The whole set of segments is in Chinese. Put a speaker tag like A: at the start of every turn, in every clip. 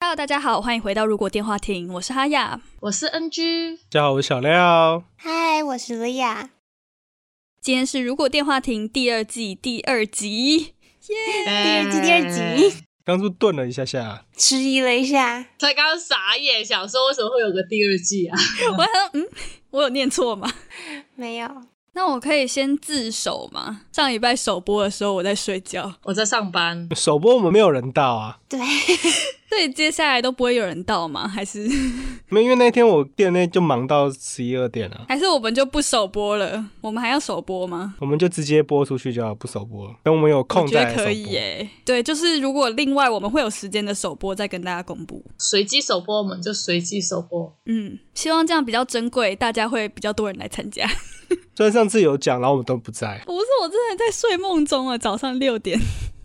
A: Hello，大家好，欢迎回到《如果电话亭》，我是哈雅。
B: 我是 NG，
C: 大家好，我是小廖。
D: 嗨，我是莉亚。
A: 今天是《如果电话亭》第二季第二集，
B: 第
D: 第二季第二
B: 哎
D: 集，
C: 刚是不是顿了一下下，
D: 迟疑了一下，
B: 才刚傻眼，想说为什么会有个第二季啊？
A: 我还想，嗯，我有念错吗？
D: 没有。
A: 那我可以先自首吗？上礼拜首播的时候我在睡觉，
B: 我在上班，
C: 首播我们没有人到啊，
D: 对，
A: 所以接下来都不会有人到吗？还是 ，
C: 没有因为那天我店内就忙到十一二点了啊
A: 还是我们就不首播了？我们还要首播吗？
C: 我们就直接播出去就好，不首播了，等我们有
A: 我
C: 空
A: 觉
C: 再
A: 得
C: 来首播。
A: 可以耶、对，就是如果另外我们会有时间的首播再跟大家公布。
B: 随机首播，我们就随机首播。
A: 嗯，希望这样比较珍贵，大家会比较多人来参加。
C: 虽然上次有讲，然后我们都不在，
A: 不是，我真的在睡梦中啊，早上六点，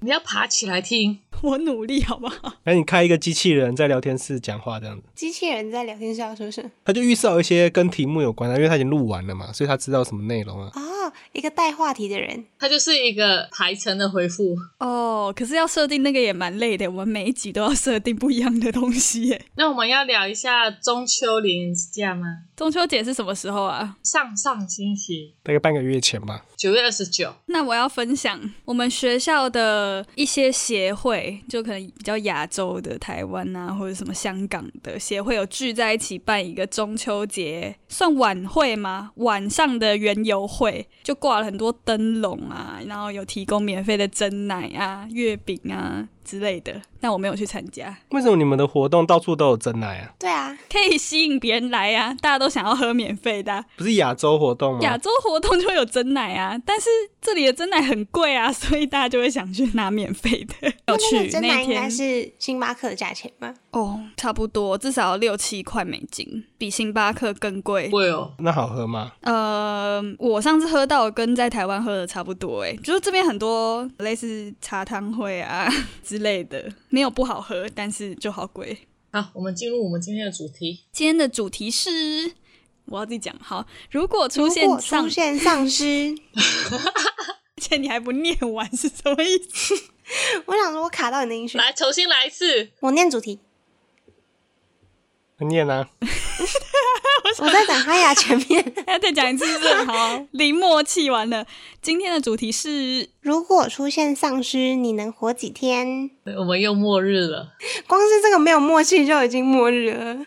B: 你要爬起来听，
A: 我努力好不好？
C: 那哎你开一个机器人在聊天室讲话这样子，
E: 机器人在聊天室要说什么？
C: 他就预设一些跟题目有关的，因为他已经录完了嘛，所以他知道什么内容啊。
E: 哦，一个带话题的人，
B: 它就是一个排程的回复。
A: 哦，可是要设定那个也蛮累的，我们每一集都要设定不一样的东西耶。
B: 那我们要聊一下中秋连假吗？
A: 中秋节是什么时候啊？
B: 上上星期
C: 大概半个月前吧，
B: 九月二十九，
A: 那我要分享我们学校的一些协会，就可能比较亚洲的台湾啊，或者什么香港的协会有聚在一起办一个中秋节算晚会吗？晚上的园游会就挂了很多灯笼啊，然后有提供免费的蒸奶啊、月饼啊之类的。那我没有去参加，
C: 为什么你们的活动到处都有真奶啊？
E: 对啊，
A: 可以吸引别人来啊，大家都想要喝免费的啊、
C: 不是亚洲活动吗？
A: 亚洲活动就会有真奶啊，但是这里的真奶很贵啊，所以大家就会想去拿免费的。有
E: 那那
A: 去
E: 个真
A: 那
E: 奶
A: 一
E: 应该
A: 天
E: 是星巴克的价钱吧？
A: 哦，差不多至少六七块美金，比星巴克更贵。
B: 贵哦，
C: 那好喝吗？
A: 呃，我上次喝到跟在台湾喝的差不多、欸，就是这边很多类似茶汤会啊 之类的，没有不好喝，但是就好贵。
B: 好，我们进入我们今天的主题。
A: 今天的主题是，我要自己讲好。如果出
E: 如
A: 现
E: 果
A: 上，
E: 出现丧尸，
A: 而且你还不念完是什么意思？
E: 我想说我卡到你的音讯，
B: 来，重新来一次。
E: 我念主题，
C: 念啊，
E: 我在讲哈雅前面。
A: 要再讲一次是不是？好，零默契完了。今天的主题是
E: 如果出现丧尸，你能活几天？
B: 我们又末日了，
E: 光是这个没有默契就已经末日了。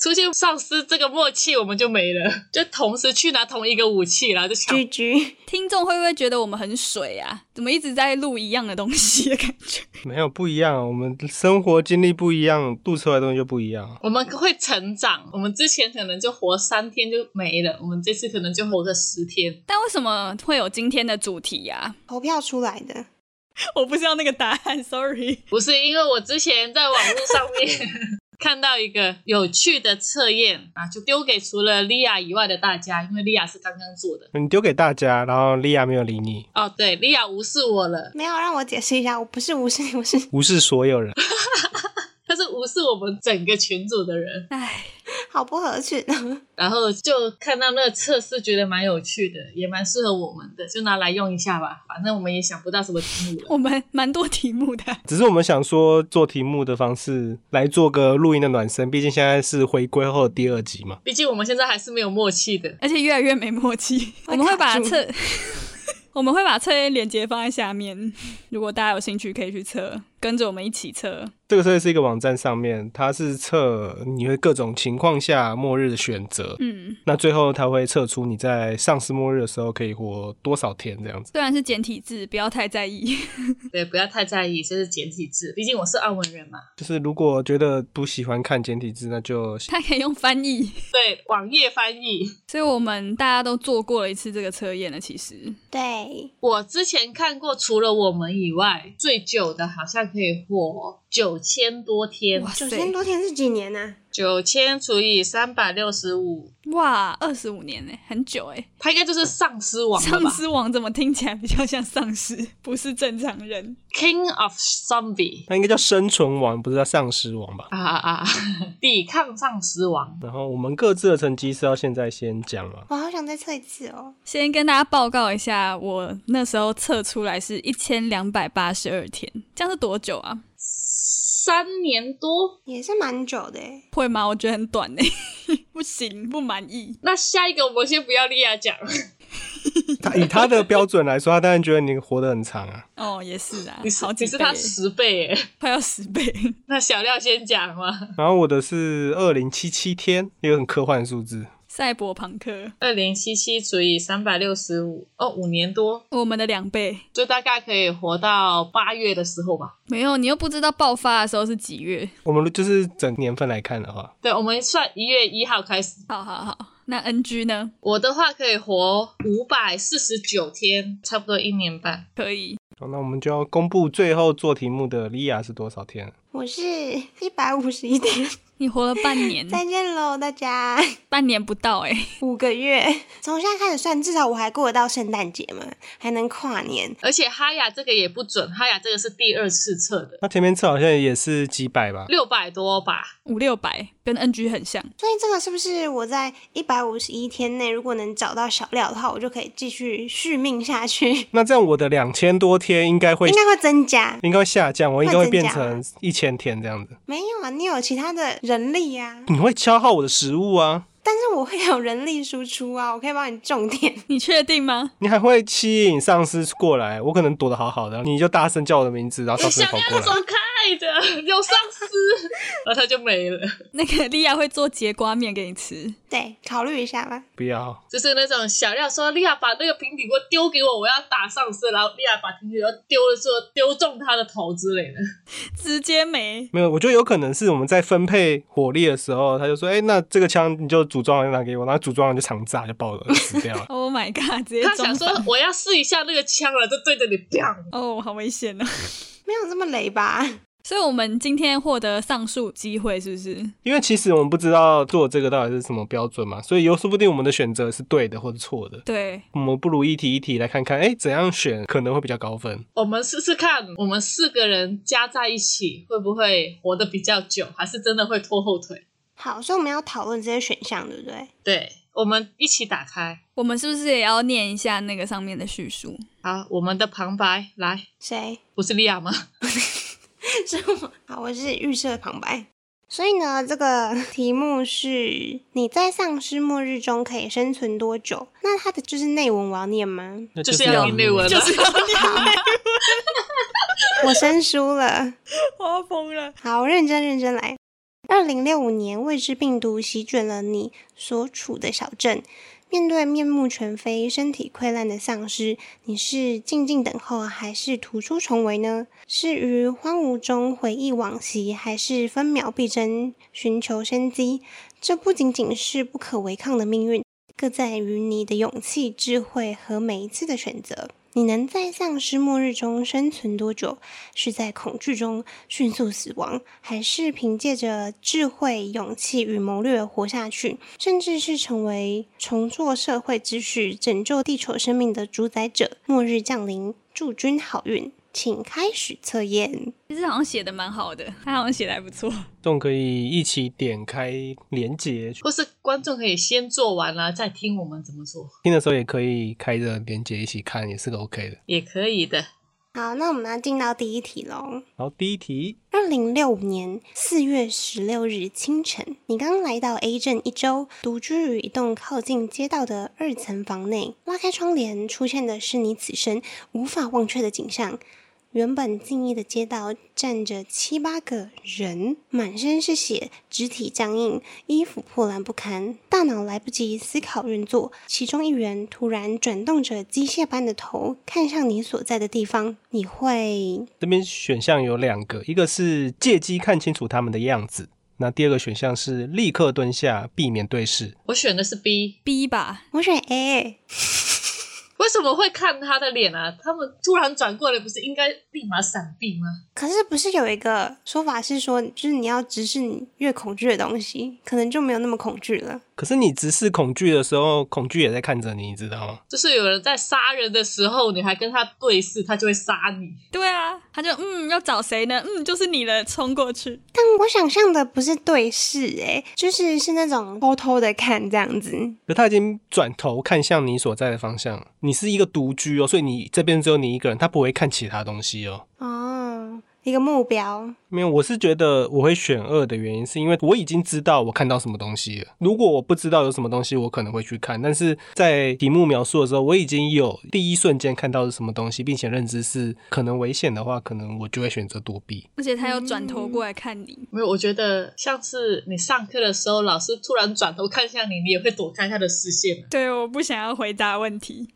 B: 出现丧尸这个默契我们就没了，就同时去拿同一个武器，然后就抢。
E: 居居，
A: 听众会不会觉得我们很水啊？怎么一直在录一样的东西的感觉？
C: 没有不一样，我们生活经历不一样，录出来的东西就不一样。
B: 我们会成长，我们之前可能就活三天就没了，我们这次可能就活个十天。
A: 但为什么会有今天的主题啊呀、
E: 投票出来的，
A: 我不知道那个答案，sorry。
B: 不是因为我之前在网络上面看到一个有趣的测验啊，就丢给除了莉亚以外的大家，因为莉亚是刚刚做的。
C: 你丢给大家，然后莉亚没有理你，
B: 哦，对，莉亚无视我了，
E: 没有让我解释一下，我不是无视你，我是
C: 无视所有人。
B: 她是无视我们整个群组的人。
A: 唉，
E: 好不合群哦的。
B: 然后就看到那个测试，觉得蛮有趣的，也蛮适合我们的，就拿来用一下吧。反正我们也想不到什么题目了。
A: 我们蛮多题目的。
C: 只是我们想说，做题目的方式来做个录音的暖身，毕竟现在是回归后的第二集嘛。
B: 毕竟我们现在还是没有默契的。
A: 而且越来越没默契。我们 会把测，我们会把测验链接放在下面，如果大家有兴趣可以去测，跟着我们一起测。
C: 这个测验是一个网站上面，它是测你会各种情况下末日的选择，
A: 嗯，
C: 那最后它会测出你在丧尸末日的时候可以活多少天这样子。
A: 虽然是简体字，不要太在 意。
B: 对，不要太在意，这是简体字，毕竟我是澳门人嘛。
C: 就是如果觉得不喜欢看简体字，那就
A: 它可以用翻译，
B: 对，网页翻译。
A: 所以我们大家都做过了一次这个测验了。其实
E: 对，
B: 我之前看过，除了我们以外，最久的好像可以活九千多天，
A: 哇
E: 九
A: 塞，
E: 千多天是几年啊呢、
B: 九千除以三百六十五，
A: 哇，二十五年呢，很久哎。
B: 他应该就是丧尸王了
A: 丧
B: 吧
A: 尸王怎么听起来比较像丧尸， 不是正常人？
B: ？King of Zombie
C: 那应该叫生存王，不是叫丧尸王吧？
B: 啊啊！啊抵抗丧尸王，
C: 然后我们各自的成绩是要现在先讲嘛？
E: 我好想再测一次哦。
A: 先跟大家报告一下，我那时候测出来是一千两百八十二天，这样是多久啊？
B: 三年多。
E: 也是蛮久的欸诶，
A: 会吗？我觉得很短呢、 不行，不满意。
B: 那下一个我们先不要莉亚讲，
C: 他 以他的标准来说，他当然觉得你活得很长啊。
A: 哦，也是啊
B: 你，是
A: 好几
B: 你
A: 倍
B: 是他十倍耶，
A: 快要十倍。
B: 那小廖先讲嘛。
C: 然后我的是二零七七天，一个很科幻的数字。
A: 赛博朋克，
B: 二零七七除以三百六十五，哦，五年多，
A: 我们的两倍。
B: 就大概可以活到八月的时候吧。
A: 没有，你又不知道爆发的时候是几月。
C: 我们就是整年份来看的话，
B: 对，我们算一月一号开始。
A: 好好好，那 NG 呢？
B: 我的话可以活五百四十九天，差不多一年半。
A: 可以，
C: 好，那我们就要公布最后做题目的莉亚是多少天了。
E: 我是 一百五十一天，
A: 你活了半年，
E: 再见喽，大家。
A: 半年不到哎、
E: 五个月，从现在开始算，至少我还过得到圣诞节嘛，还能跨年。
B: 而且哈雅这个也不准，哈雅这个是第二次测的，
C: 那前面测好像也是几百吧？
B: 六百多吧。
A: 五六百，跟 NG 很像。
E: 所以这个是不是我在一百五十一天内，如果能找到小料的话，我就可以继续续命下去，应
C: 那这样我的两千多天应该会
E: 该会增加。
C: 应该会下降，我应该会变
E: 会
C: 成一千天这样子。
E: 没有啊，你有其他的人力呀、啊，
C: 你会消耗我的食物啊，
E: 但是我会有人力输出啊，我可以帮你种田。
A: 你确定吗？
C: 你还会吸引丧尸过来。我可能躲得好好的，你就大声叫我的名字，然后丧尸
B: 小
C: 跑
B: 廖
C: 过
B: 那
C: 来。
B: 种开的 有丧尸，然后他就没了，
A: 那个莉亚会做节瓜面给你吃，
E: 对，考虑一下吧。
C: 不要，
B: 就是那种小廖说莉亚把那个平底锅丢给我，我要打丧尸，然后莉亚把平底锅丢的时候丢中他的头之类的。
A: 直接没。。
C: 没有，我觉得有可能是我们在分配火力的时候，他就说：“哎、那这个枪你就组装完拿给我，然后组装完就常炸就爆了，就死掉了
A: Oh my god！直接
B: 他
A: 中
B: 想说
A: 反
B: 我要试一下那个枪了，就对着你砰。
A: 哦，好危险哦。
E: 没有这么雷吧？
A: 所以我们今天获得上述机会，是不是？”
C: 因为其实我们不知道做这个到底是什么标准嘛，所以有说不定我们的选择是对的或者错的。
A: 对，
C: 我们不如一题一题来看看，哎、怎样选可能会比较高分。
B: 我们试试看，我们四个人加在一起会不会活得比较久，还是真的会拖后腿？
E: 好，所以我们要讨论这些选项，对不对？
B: 对，我们一起打开。
A: 我们是不是也要念一下那个上面的叙述？
B: 好，我们的旁白来，
E: 谁？
B: 不是莉亚 吗？
E: 是我。 好，我是预设旁白。所以呢，这个 题目是你在丧尸末日中可以生存多久？那它的就是内文我要念 吗？
C: 那
B: 就是要
C: 你
B: 念内文 了。
E: 我生疏了。
A: 我要疯了！
E: 好，认真认真来。二零六五年，未知病毒席卷了你所处的小镇。面对面目全非、身体溃烂的丧尸，你是静静等候，还是突出重围呢？是于荒芜中回忆往昔，还是分秒必争寻求生机？这不仅仅是不可违抗的命运，更在于你的勇气、智慧和每一次的选择。你能在丧尸末日中生存多久？是在恐惧中迅速死亡，还是凭借着智慧、勇气与谋略活下去，甚至是成为重塑社会秩序、拯救地球生命的主宰者？末日降临，祝君好运，请开始测验。
A: 其实好像写的蛮好的，他好像写的还不错。
C: 这种可以一起点开连接，
B: 或是观众可以先做完了、再听我们怎么做，
C: 听的时候也可以开着连接一起看，也是个 OK 的。
B: 也可以的。
E: 好，那我们要进到第一题喽。
C: 然后第一题，
E: 二零六五年四月十六日清晨，你刚来到 A 镇一周，独居于一栋靠近街道的二层房内。拉开窗帘，出现的是你此生无法忘却的景象。原本静谧的街道站着七八个人，满身是血，肢体僵硬，衣服破烂不堪，大脑来不及思考运作。其中一员突然转动着机械般的头，看向你所在的地方。你会
C: 这边选项有两个，一个是借机看清楚他们的样子，那第二个选项是立刻蹲下，避免对视。
B: 我选的是 B，
A: B 吧，
E: 我选 A，
B: 为什么会看他的脸啊？他们突然转过来，不是应该立马闪避吗？
E: 可是不是有一个说法是说，就是你要直视你越恐惧的东西，可能就没有那么恐惧了。
C: 可是你直视恐惧的时候，恐惧也在看着你，你知道吗？
B: 就是有人在杀人的时候，你还跟他对视，他就会杀你。
A: 对啊，他就嗯要找谁呢？嗯，就是你了，冲过去。
E: 但我想象的不是对视、欸，诶，就是是那种偷偷的看这样子。
C: 可他已经转头看向你所在的方向了。你是一个独居哦，所以你这边只有你一个人，他不会看其他东西哦。
E: 哦，一个目标，
C: 没有，我是觉得我会选二的原因，是因为我已经知道我看到什么东西了。如果我不知道有什么东西，我可能会去看。但是在题目描述的时候，我已经有第一瞬间看到是什么东西，并且认知是可能危险的话，可能我就会选择躲避。
A: 而且他又转头过来看你，
B: 没有，我觉得像是你上课的时候，老师突然转头看向你，你也会躲开他的视线啊。
A: 对，我不想要回答问题。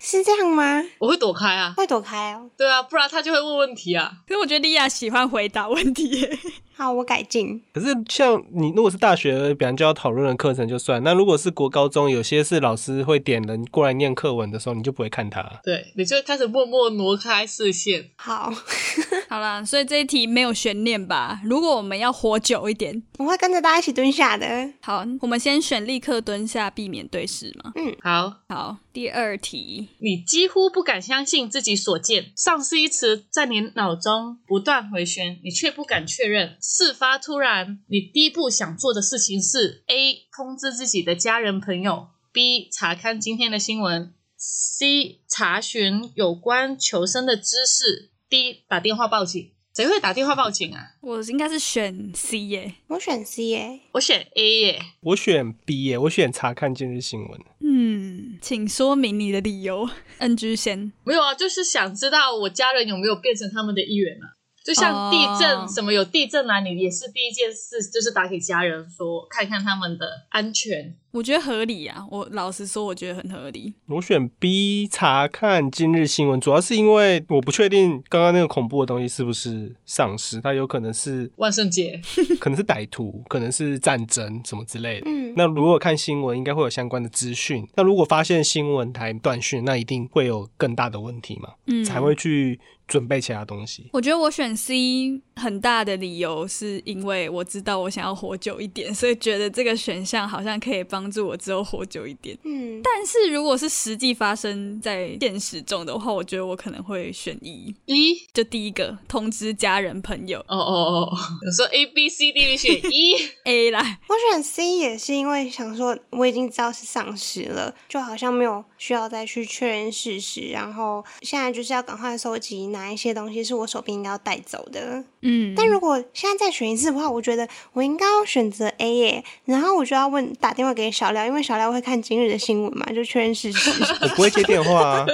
E: 是这样吗？
B: 我会躲开啊，
E: 会躲开哦。
B: 对啊，不然他就会问问题啊。
A: 可是我觉得莉亚喜欢回答问题耶，
E: 好，我改进。
C: 可是像你如果是大学，比方就要讨论的课程就算，那如果是国高中，有些是老师会点人过来念课文的时候，你就不会看他。
B: 对，你就会开始默默挪开视线。
E: 好，
A: 好啦，所以这一题没有悬念吧？如果我们要活久一点，
E: 我会跟着大家一起蹲下的。
A: 好，我们先选立刻蹲下，避免对视嘛。
B: 好，
A: 好，第二题，
B: 你几乎不敢相信自己所见，丧失一词在你脑中不断回旋，你却不敢确认。事发突然，你第一步想做的事情是：A. 通知自己的家人朋友；B. 查看今天的新闻；C. 查询有关求生的知识；D. 打电话报警。谁会打电话报警啊？
A: 我应该是选 C 耶。
E: 我选 C 欸耶、
B: 我选 A 耶。
C: 我选 B 耶，我选查看今日新闻。
A: 嗯，请说明你的理由。NG 先，
B: 没有啊，就是想知道我家人有没有变成他们的一员啊。就像地震、
A: 哦
B: 什么有地震啊，你也是第一件事就是打给家人说看看他们的安全。
A: 我觉得合理啊。我老实说，我觉得很合理。
C: 我选 B 查看今日新闻，主要是因为我不确定刚刚那个恐怖的东西是不是丧尸，它有可能是
B: 万圣节，
C: 可能是歹徒，可能是战争什么之类的。
E: 嗯，
C: 那如果看新闻，应该会有相关的资讯。那如果发现新闻台断讯，那一定会有更大的问题嘛，
A: 嗯，
C: 才会去准备其他 东西。
A: 我觉得我选 C 很大的理由是因为我知道我想要活久一点，所以觉得这个选项好像可以帮助我之后活久一点。
E: 嗯，
A: 但是如果是实际发生在现实中的话，我觉得我可能会选一，
B: 一，
A: 就第一个通知家人朋友
B: 哦哦哦，我说 A B C D 你选一，
A: A 啦。
E: 我选 C 也是因为想说我已经知道是丧尸了，就好像没有需要再去确认事实，然后现在就是要赶快收集哪一些东西是我手边应该要带走的。
A: 嗯，
E: 但如果现在再选一次的话，我觉得我应该要选择 A 耶，然后我就要问打电话给小廖，因为小廖会看今日的新闻嘛，就确认事实。
C: 我不会接电话、啊，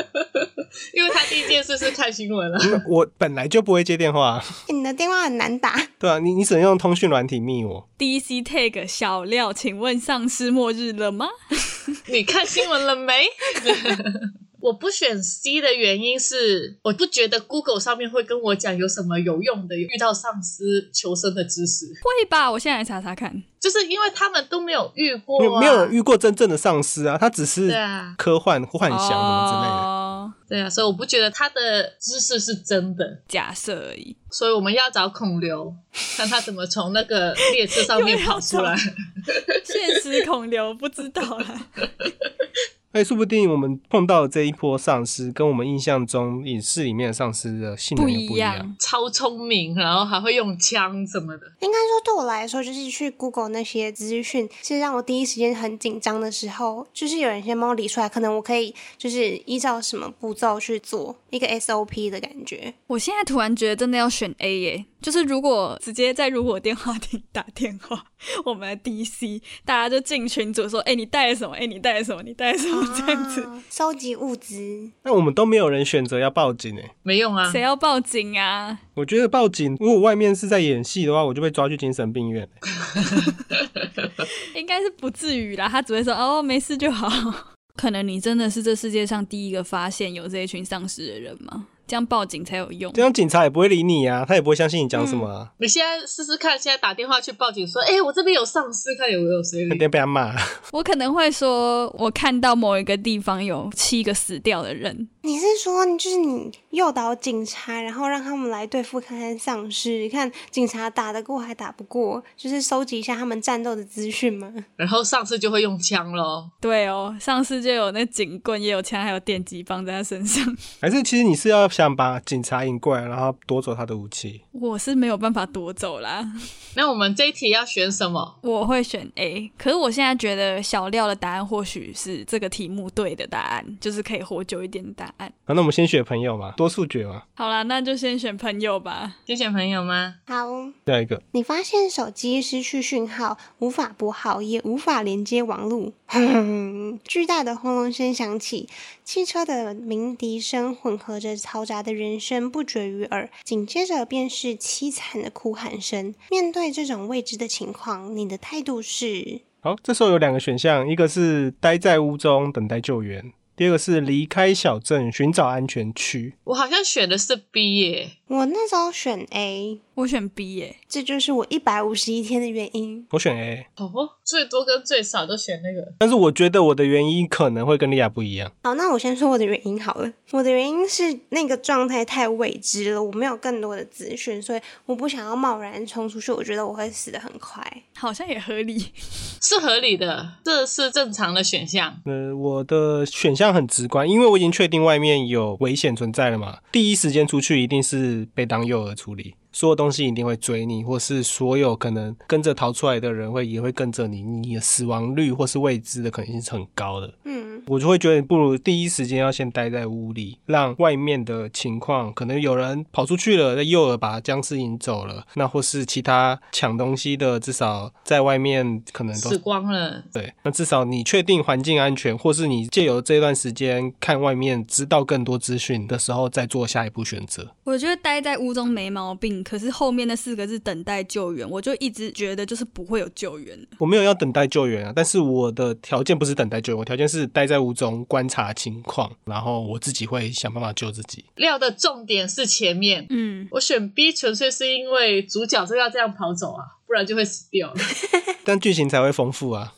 B: 因为他第一件事是看新闻了。啊
C: 因为我本来就不会接电话、啊
E: 你的电话很难打，
C: 对啊，你你只能用通讯软体密我。
A: DC Tag 小廖，请问丧尸末日了吗？
B: 你看新闻了没？ 我不选 C 的原因是，我不觉得 Google 上面会跟我讲有什么有用的遇到丧尸求生的知识，
A: 会吧，我现在来查查看。
B: 就是因为他们都没有遇过、
C: 没有
B: 啊，
C: 没有人遇过真正的丧尸啊，他只是
B: 对啊
C: 科幻幻想什么之类的。
A: 哦、
B: 对啊，所以我不觉得他的知识是真的，
A: 假设而已。
B: 所以我们要找孔刘，看他怎么从那个列车上面
A: 又要
B: 跑出来。
A: 现实恐流不知道啦。
C: 哎、说不定我们碰到的这一波丧尸，跟我们印象中影视里面的丧尸的性能 又不一
A: 不一样
C: 样。
B: 超聪明，然后还会用枪什么的。
E: 应该说对我来说，就是去 Google 那些资讯，是让我第一时间很紧张的时候，就是有人先帮我理出来，可能我可以就是依照什么步骤去做一个 SOP 的感觉。
A: 我现在突然觉得真的要选 A 耶，就是如果直接在如果电话亭打电话，我们的 DC 大家就进群组说，哎、你带了什么？哎、你带了什么？你带了什么？ 这样子，
E: 啊收集物资，
C: 那我们都没有人选择要报警哎、
B: 没用啊
A: 谁，要报警啊？
C: 我觉得报警，如果外面是在演戏的话，我就被抓去精神病院、欸。
A: 应该是不至于啦，他只会说哦，没 事就好。可能你真的是这世界上第一个发现有这一群丧尸的人吗？这样报警才有用
C: 这。样警察也不会理你啊，他也不会相信你讲什么啊，
B: 你现在试试看，现在打电话去报警说，哎、我这边有丧尸，看有没有谁
C: 肯
B: 理。
C: 定被他 骂。啊
A: 我可能会说，我看到某一个地方有七个死掉的人，
E: 你是说，就是你诱导警察，然后让他们来对付看看丧尸，你看警察打得过还打不过，就是收集一下他们战斗的资讯吗？
B: 然后丧尸就会用枪咯。
A: 对哦，上次就有那警棍，也有枪，还有电击棒在他身上。
C: 还是其实你是要想把警察引过来，然后夺走他的武器？
A: 我是没有办法夺走啦，
B: 那我们这一题要选什么？
A: 我会选 A。可是我现在觉得小廖的答案或许是这个题目对的答案，就是可以活久一点的答案。
C: 好，那我们先选朋友嘛，多数决嘛，
A: 好啦，那就先选朋友吧。
B: 先选朋友吗？
E: 好，
C: 下一个。
E: 你发现手机失去讯号，无法拨号，也无法连接网路。 巨大的轰隆声响起，汽车的鸣笛声混合着嘈杂的人声不绝于耳，紧接着便是凄惨的哭喊声。面对这种未知的情况，你的态度是？
C: 好，这时候有两个选项，一个是待在屋中等待救援，第二个是离开小镇寻找安全区。
B: 我好像选的是 B 耶、
E: 我那时候选 A，
A: 我选 B 耶、
E: 这就是我一百五十一天的原因。
C: 我选 A，
B: 哦，最多跟最少都选那个。
C: 但是我觉得我的原因可能会跟莉亚不一样。
E: 好，那我先说我的原因好了。我的原因是那个状态太未知了，我没有更多的资讯，所以我不想要贸然冲出去。我觉得我会死得很快。
A: 好像也合理。
B: 是合理的，这是正常的选项。
C: 呃，我的选项很直观，因为我已经确定外面有危险存在了嘛，第一时间出去一定是被当诱饵处理，所有东西一定会追你，或是所有可能跟着逃出来的人会也会跟着你，你的死亡率或是未知的可能性是很高的。
E: 嗯，
C: 我就会觉得不如第一时间要先待在屋里，让外面的情况，可能有人跑出去了，那诱饵把僵尸引走了，那或是其他抢东西的，至少在外面可能都
B: 死光了，
C: 对，那至少你确定环境安全，或是你借由这段时间看外面，知道更多资讯的时候，再做下一步选择。
A: 我觉得待在屋中没毛病，可是后面那四个字“等待救援”，我就一直觉得就是不会有救援的。
C: 我没有要等待救援啊，但是我的条件不是等待救援，我条件是待在屋中观察情况，然后我自己会想办法救自己。
B: 料的重点是前面。
A: 嗯，
B: 我选 B 纯粹是因为主角就要这样跑走啊，不然就会死 掉了。
C: 但剧情才会丰富啊。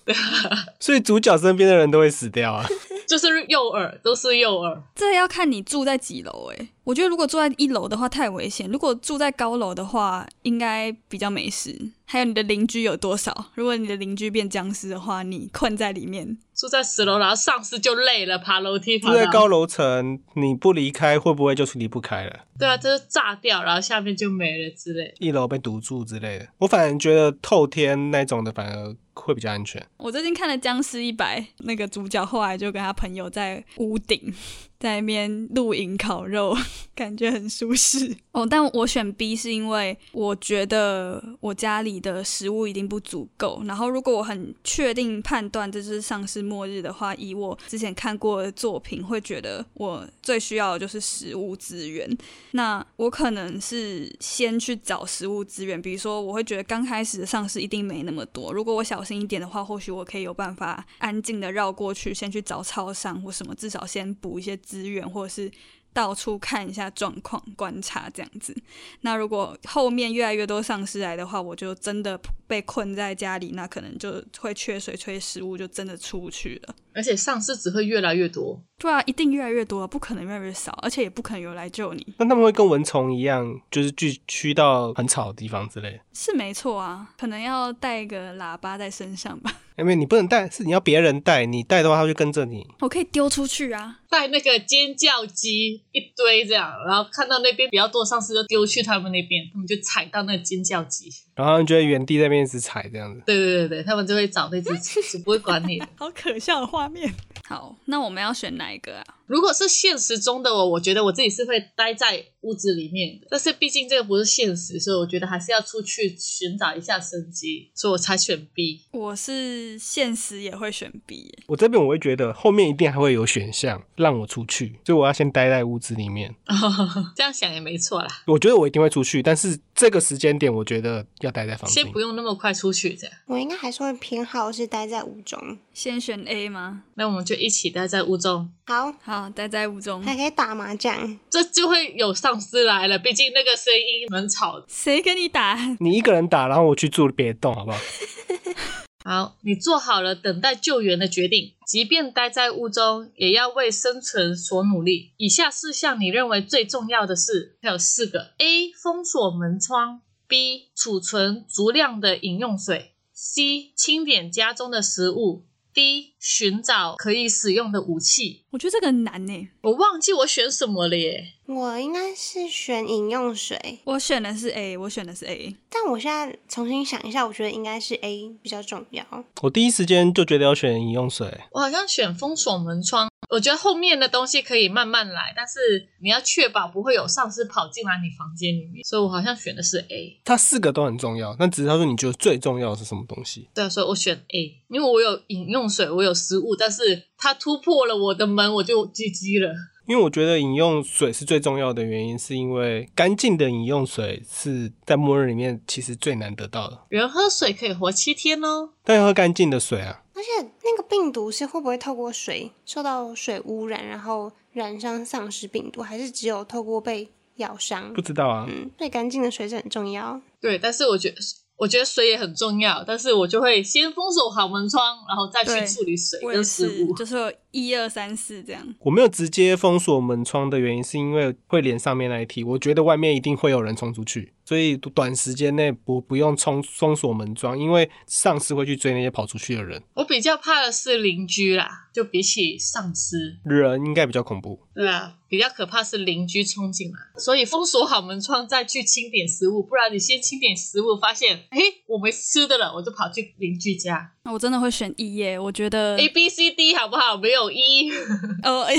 C: 所以主角身边的人都会死掉啊。
B: 就是诱饵，都是诱饵。
A: 这要看你住在几楼诶、我觉得如果住在一楼的话太危险，如果住在高楼的话应该比较没事。还有你的邻居有多少？如果你的邻居变僵尸的话，你困在里面，
B: 住在十楼，然后上司就累了，爬楼梯爬
C: 住
B: 到
C: 在高楼层，你不离开会不会就离不开了？
B: 对啊，就是炸掉，然后下面就没了之类。
C: 一楼被堵住之类的。我反而觉得透天那种的反而会比较安全。
A: 我最近看了《僵尸一百》，那个主角后来就跟他朋友在屋顶在那边露营烤肉，感觉很舒适。哦，但我选 B 是因为我觉得我家里的食物一定不足够，然后如果我很确定判断这就是丧尸末日的话，以我之前看过的作品，会觉得我最需要的就是食物资源。那我可能是先去找食物资源，比如说我会觉得刚开始的丧尸一定没那么多，如果我小心一点的话，或许我可以有办法安静的绕过去，先去找超商或什么，至少先补一些资源，或者是到处看一下状况，观察这样子。那如果后面越来越多丧尸来的话，我就真的被困在家里，那可能就会缺水、缺食物，就真的出不去了。
B: 而且上司只会越来越多，
A: 对啊，一定越来越多，不可能越来越少，而且也不可能有人来救你，
C: 那他们会跟蚊虫一样，就是聚居到很吵的地方之类的。
A: 是没错啊，可能要带一个喇叭在身上吧，
C: 因为你不能带，是你要别人带，你带的话他会跟着你。
A: 我可以丢出去啊。
B: 带那个尖叫鸡一堆这样，然后看到那边比较多上司就丢去他们那边，他们就踩到那个尖叫鸡。
C: 然后他们就会原地在那边一直踩这样子。
B: 对对对对，他们就会找那只鸡，就不会管你的。
A: 好可笑的画面。好，那我们要选哪一个啊？
B: 如果是现实中的我，我觉得我自己是会待在屋子里面的。但是毕竟这个不是现实，所以我觉得还是要出去寻找一下生机，所以我才选 B。
A: 我是现实也会选 B，耶
C: 我这边我会觉得后面一定还会有选项让我出去，所以我要先待在屋子里面。
B: 这样想也没错啦，
C: 我觉得我一定会出去，但是这个时间点我觉得要待在房间
B: 先。不用那么快出去，这样。
E: 我应该还是会偏好是待在屋中。
A: 先选 A 吗？
B: 那我们就一起待在屋中，
E: 好，
A: 好，待在屋中。
E: 还可以打麻将，
B: 这就会有丧尸来了。毕竟那个声音蛮吵的。
A: 谁跟你打？
C: 你一个人打，然后我去住别的洞，好不好？
B: 好，你做好了等待救援的决定，即便待在屋中，也要为生存所努力。以下四项你认为最重要的事，还有四个：A. 封锁门窗；B. 储存足量的饮用水；C. 清点家中的食物；D. 寻找可以使用的武器。
A: 我觉得这个很难呢。
B: 我忘记我选什么了耶。
E: 我应该是选饮用水，
A: 我选的是 A，我选的是 A。
E: 但我现在重新想一下，我觉得应该是 A 比较重要。
C: 我第一时间就觉得要选饮用水。
B: 我好像选封锁门窗，我觉得后面的东西可以慢慢来，但是你要确保不会有丧尸跑进来你房间里面，所以我好像选的是 A。
C: 它四个都很重要，但只是他说你觉得最重要的是什么东西？
B: 对啊，所以我选 A，因为我有饮用水，我有食物，但是它突破了我的门，我就 GG 了。
C: 因为我觉得饮用水是最重要的原因，是因为干净的饮用水是在末日里面其实最难得到的。
B: 人喝水可以活七天哦。
C: 但要喝干净的水啊，
E: 而且那个病毒是会不会透过水受到水污染，然后染上丧尸病毒，还是只有透过被咬伤
C: 不？知道啊。
E: 嗯，对，干净的水是很重要。
B: 对，但是我觉得。我觉得水也很重要，但是我就会先封锁好门窗，然后再去
A: 对
B: 处理水
A: 我
B: 跟
A: 也
B: 食
A: 是
B: 物，。
A: 就是有一二三四这样。
C: 我没有直接封锁门窗的原因，是因为会连上面那一题。我觉得外面一定会有人冲出去，所以短时间内不不用冲封锁门窗，因为丧尸会去追那些跑出去的人，
B: 我比较怕的是邻居啦，就比起丧尸，
C: 人应该比较恐怖。
B: 对啊，比较可怕是邻居冲进来，所以封锁好门窗再去清点食物，不然你先清点食物，发现诶我没吃的了，我就跑去邻居家。
A: 那我真的会选 E 耶，我觉得
B: A B C D 好不好？没有一、
A: 哦 哎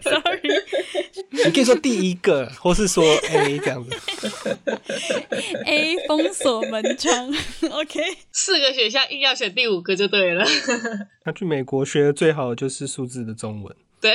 A: ，sorry，
C: 你可以说第一个，或是说 A 这样子。
A: A 封锁门窗 ，OK，
B: 四个选项硬要选第五个就对了。
C: 他去美国学的最好的就是数字的中文。
B: 对，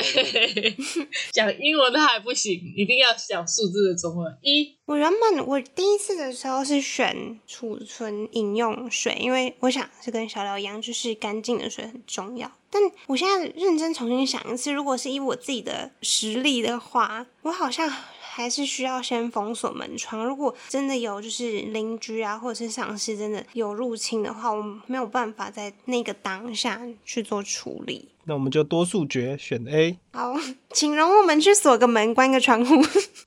B: 讲英文的还不行，一定要讲数字的中文。一
E: 我原本我第一次的时候是选储存饮用水，因为我想是跟小廖一样，就是干净的水很重要。但我现在认真重新想一次，如果是以我自己的实力的话，我好像还是需要先封锁门窗。如果真的有就是邻居啊，或者是丧尸真的有入侵的话，我没有办法在那个当下去做处理。
C: 那我们就多数决选 A。
E: 好，请容我们去锁个门，关个窗户。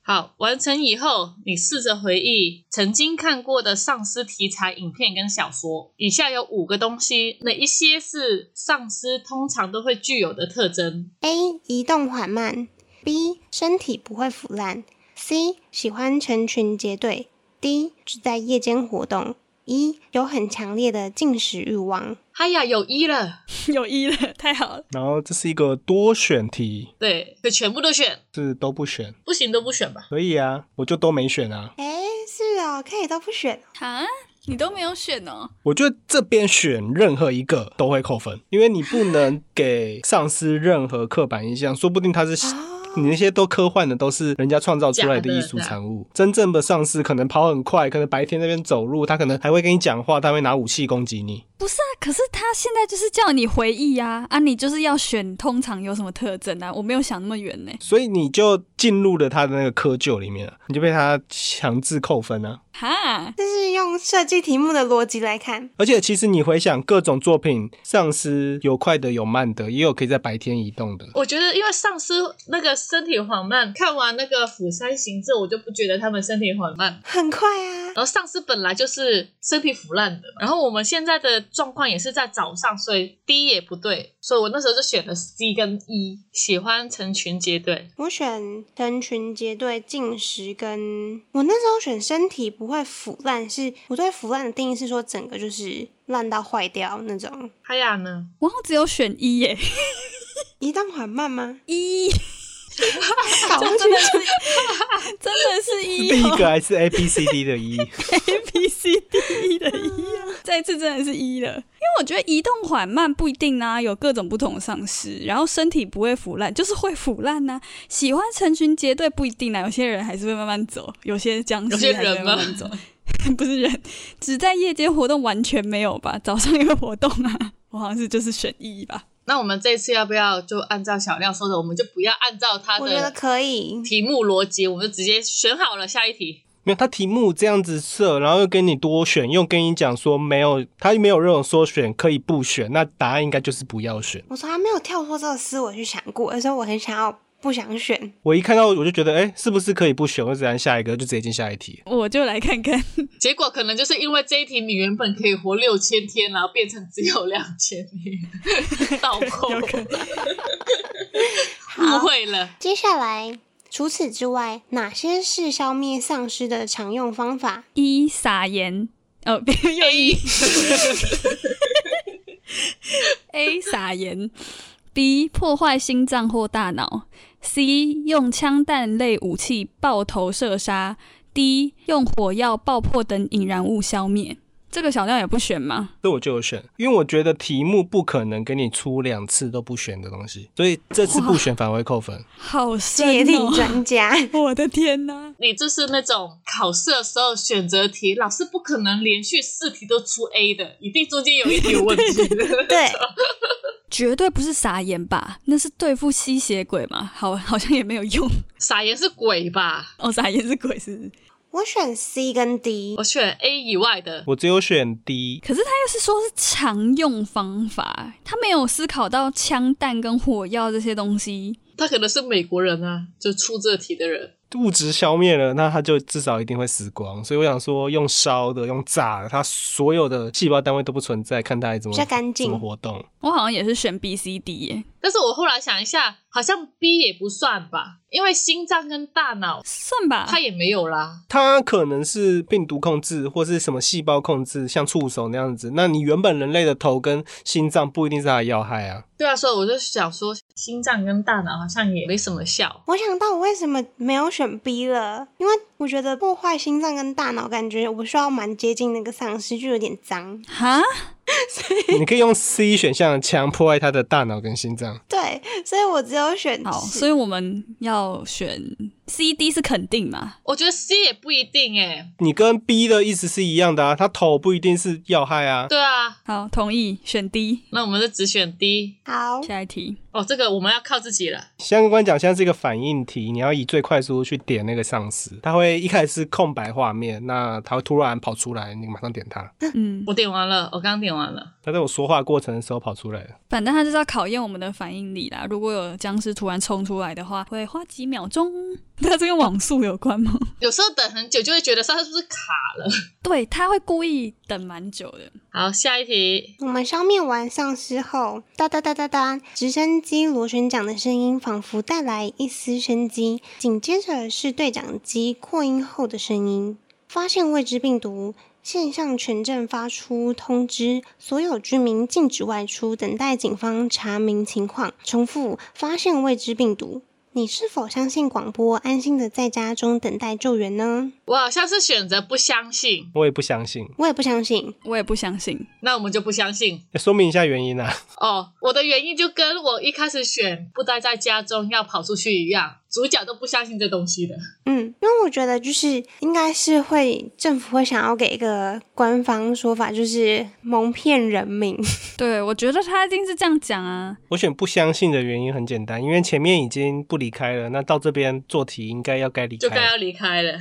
B: 好，完成以后，你试着回忆曾经看过的丧尸题材影片跟小说。以下有五个东西，哪一些是丧尸通常都会具有的特征？
E: A 移动缓慢，B 身体不会腐烂，C 喜欢成群结队，D 只在夜间活动，E 有很强烈的进食欲望。
B: 嗨呀，有一了，
A: 有 E 了，太好了。
C: 然后这是一个多选题，
B: 对，可全部都选，
C: 是都不选，
B: 不行都不选吧。
C: 可以啊，我就都没选啊。
E: 哎，是哦，可以都不选哦。
A: 哈，啊你都没有选哦，
C: 我觉得这边选任何一个都会扣分，因为你不能给丧尸任何刻板印象，说不定他是。你那些都科幻的，都是人家创造出来的艺术产物。真正的丧尸可能跑很快，可能白天那边走路，他可能还会跟你讲话，他会拿武器攻击你。
A: 不是啊，可是他现在就是叫你回忆呀、啊，你就是要选通常有什么特征啊？我没有想那么远呢。
C: 所以你就进入了他的那个窠臼里面了，你就被他强制扣分啊！
A: 哈，
E: 这是用设计题目的逻辑来看，
C: 而且其实你回想各种作品，丧尸有快的，有慢的，也有可以在白天移动的。
B: 我觉得，因为丧尸那个身体缓慢，看完那个《釜山行者》，我就不觉得他们身体缓慢。
E: 很快啊。
B: 然后丧尸本来就是身体腐烂的，然后我们现在的状况也是在早上，所以 D 也不对，所以我那时候就选了 C 跟 E，喜欢成群结队。
E: 我选成群结队进食跟，我那时候选身体不会腐烂，是我对腐烂的定义是说整个就是烂到坏掉那种。
B: 嗨呀呢？
A: 我好像只有选 E 耶
E: 移动缓慢吗？
A: ，E
E: 搞不
A: 就真的是 真的是一、
C: 第一
A: 哦、
C: 个还是 A B C D 的一、
A: A B C D E 的一啊，这一次真的是一了，因为我觉得移动缓慢不一定啊，有各种不同的丧失，然后身体不会腐烂，就是会腐烂呐、喜欢成群结队不一定啊，有些人还是会慢慢走，有些僵
B: 有些
A: 尸还是会
B: 人吗
A: 慢慢走， 不是人，只在夜间活动完全没有吧？早上也有活动啊， 我好像是就是选一吧。
B: 那我们这次要不要就按照小亮说的，我们就不要按照他
E: 我觉得
B: 的
E: 可以。
B: 题目逻辑，我们就直接选好了下一题。
C: 没有，他题目这样子设，然后又跟你多选，又跟你讲说没有，他没有让我说选可以不选，那答案应该就是不要选。
E: 我从来没有跳脱这个思维去想过，而且我很想要不想选，
C: 我一看到我就觉得，哎、是不是可以不选？我就直接按下一个，就直接进下一题。
A: 我就来看看，
B: 结果可能就是因为这一题，你原本可以活六千天，然后变成只有两千年， 倒扣，
A: 有可
B: 误会了。
E: 接下来，除此之外，哪些是消灭丧尸的常用方法？
A: 一 E 撒盐，哦， 又一 A 撒盐，B 破坏心脏或大脑，C 用枪弹类武器爆头射杀，D 用火药、爆破等引燃物消灭。这个小亮也不选吗？
C: 这我就有选，因为我觉得题目不可能给你出两次都不选的东西，所以这次不选反而会扣分。
A: 好深
E: 界定
A: 哦！
E: 专家，
A: 我的天哪！
B: 你就是那种考试的时候选择题，老师不可能连续四题都出 A 的，一定中间有一题有问题。
E: 对，
A: 绝对不是撒盐吧？那是对付吸血鬼嘛？好， 好像也没有用。
B: 撒盐是鬼吧？
A: 哦，撒盐是鬼是不是？
E: 我选 C 跟 D，
B: 我选 A 以外的，
C: 我只有选 D，
A: 可是他又是说是常用方法，他没有思考到枪弹跟火药这些东西。
B: 他可能是美国人啊，就出这题的人。
C: 物质消灭了，那它就至少一定会死光。所以我想说，用烧的、用炸的，它所有的细胞单位都不存在，看它还怎么
E: 比较干净
C: 怎么活动。
A: 我好像也是选 B、C、D 耶，
B: 但是我后来想一下，好像 B 也不算吧，因为心脏跟大脑
A: 算吧。
B: 它也没有啦。
C: 它可能是病毒控制或是什么细胞控制，像触手那样子。那你原本人类的头跟心脏不一定是它的要害 啊。
B: 对啊，所以我就想说，心脏跟大脑好像也没什么效。
E: 我想到我为什么没有选 B 了，因为我觉得破坏心脏跟大脑，感觉我需要蛮接近那个丧尸，就有点脏。
A: 哈，
C: 你可以用 C 选项枪破坏它的大脑跟心脏。
E: 对，所以我只有选
A: 好，
E: C
A: 所以我们要选 C、D 是肯定嘛？
B: 我觉得 C 也不一定欸诶、
C: 你跟 B 的意思是一样的啊，它头不一定是要害啊。
B: 对啊，
A: 好，同意选 D。
B: 那我们就只选 D。
E: 好，
A: 下一题，
B: 哦，这个我们要靠自己了。
C: 相关奖项是一个反应题，你要以最快速度去点那个丧尸，它会一开始是空白画面，那它会突然跑出来，你马上点它。
A: 嗯，
B: 我点完了，我刚点完了。
C: 它在我说话过程的时候跑出来了。
A: 反正他就是要考验我们的反应力啦。如果有僵尸突然冲出来的话，会花几秒钟。 那这跟网速有关吗？
B: 有时候等很久就会觉得它是不是卡了。
A: 对，他会故意等蛮久的。
B: 好，下一题。
E: 我们消灭完丧尸后，哒哒哒哒哒，直升机螺旋桨的声音仿佛带来一丝生机。紧接着是对讲机扩音后的声音。发现未知病毒，现向全镇发出通知，所有居民禁止外出，等待警方查明情况。重复，发现未知病毒。你是否相信广播，安心的在家中等待救援呢？
B: 我好像是选择不相信，
C: 我也不相信，
E: 我也不相信。
A: 我也不相信，
B: 那我们就不相信。
C: 欸说明一下原因啊。
B: 哦，我的原因就跟我一开始选不待在家中要跑出去一样，主角都不相信这东西的。
E: 嗯，因为我觉得就是应该是会政府会想要给一个官方说法，就是蒙骗人民。
A: 对，我觉得他一定是这样讲啊。
C: 我选不相信的原因很简单，因为前面已经不离开了，那到这边做题应该要该离
B: 就该
C: 开
B: 要
C: 了。
B: 离开 了，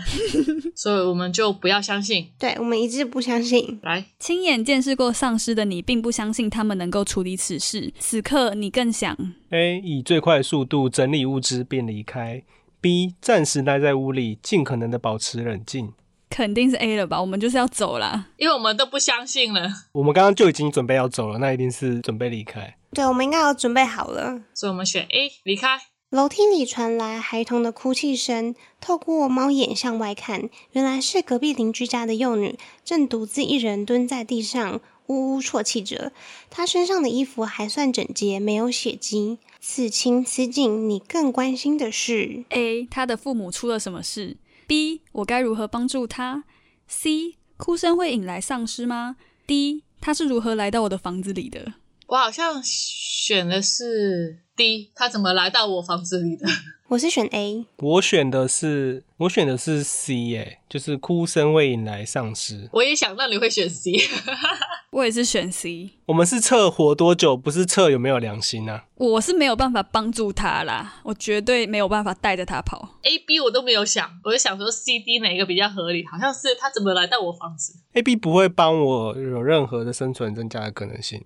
B: 所以我们就不要相信。
E: 对我们一致不相信。
B: 来，
A: 亲眼见识过丧尸的你，并不相信他们能够处理此事。此刻你更想，
C: A 以最快速度整理物资并离开。B 暂时待在屋里，尽可能的保持冷静。
A: 肯定是 A 了吧？我们就是要走啦。
B: 因为我们都不相信了，
C: 我们刚刚就已经准备要走了，那一定是准备离开。
E: 对，我们应该要准备好了。
B: 所以我们选 A 离开。
E: 楼梯里传来孩童的哭泣声，透过猫眼向外看，原来是隔壁邻居家的幼女，正独自一人蹲在地上呜呜啜泣着。他身上的衣服还算整洁，没有血迹。此情此景，你更关心的是
A: A. 他的父母出了什么事？B. 我该如何帮助他？C. 哭声会引来丧尸吗？D. 他是如何来到我的房子里的？
B: 我好像选的是 D，他怎么来到我房子里的？
E: 我是选 A，
C: 我选的是我选的是 C 耶、就是哭声会引来丧尸。
B: 我也想到你会选 C，
A: 我也是选 C。
C: 我们是测活多久，不是测有没有良心啊。
A: 我是没有办法帮助他啦，我绝对没有办法带着他跑。
B: A、B 我都没有想，我就想说 C、D 哪一个比较合理？好像是他怎么来到我房子？
C: A B 不会帮我有任何的生存增加的可能性，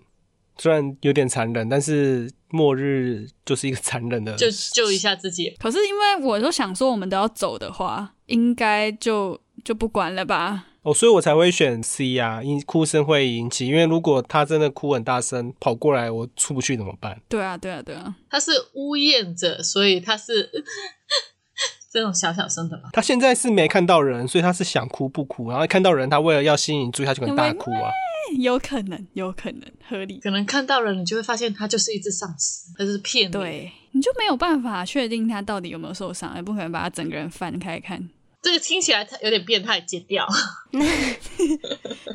C: 虽然有点残忍，但是末日就是一个残忍的，
B: 就救一下自己。
A: 可是因为我就想说，我们都要走的话，应该就就不管了吧。
C: 哦，所以我才会选 C 啊，因哭声会引起，因为如果他真的哭很大声，跑过来我出不去怎么办？
A: 对啊，对啊，对啊，
B: 他是呜咽者，所以他是 这种小小声的吧？
C: 他现在是没看到人，所以他是想哭不哭，然后看到人，他为了要吸引注意，他就很大哭啊。
A: 有可能，有可能合理。
B: 可能看到人，你就会发现他就是一只丧尸，他就是骗你。，
A: 对，你就没有办法确定他到底有没有受伤，也不可能把他整个人翻开看。
B: 这个听起来有点变态，剪掉。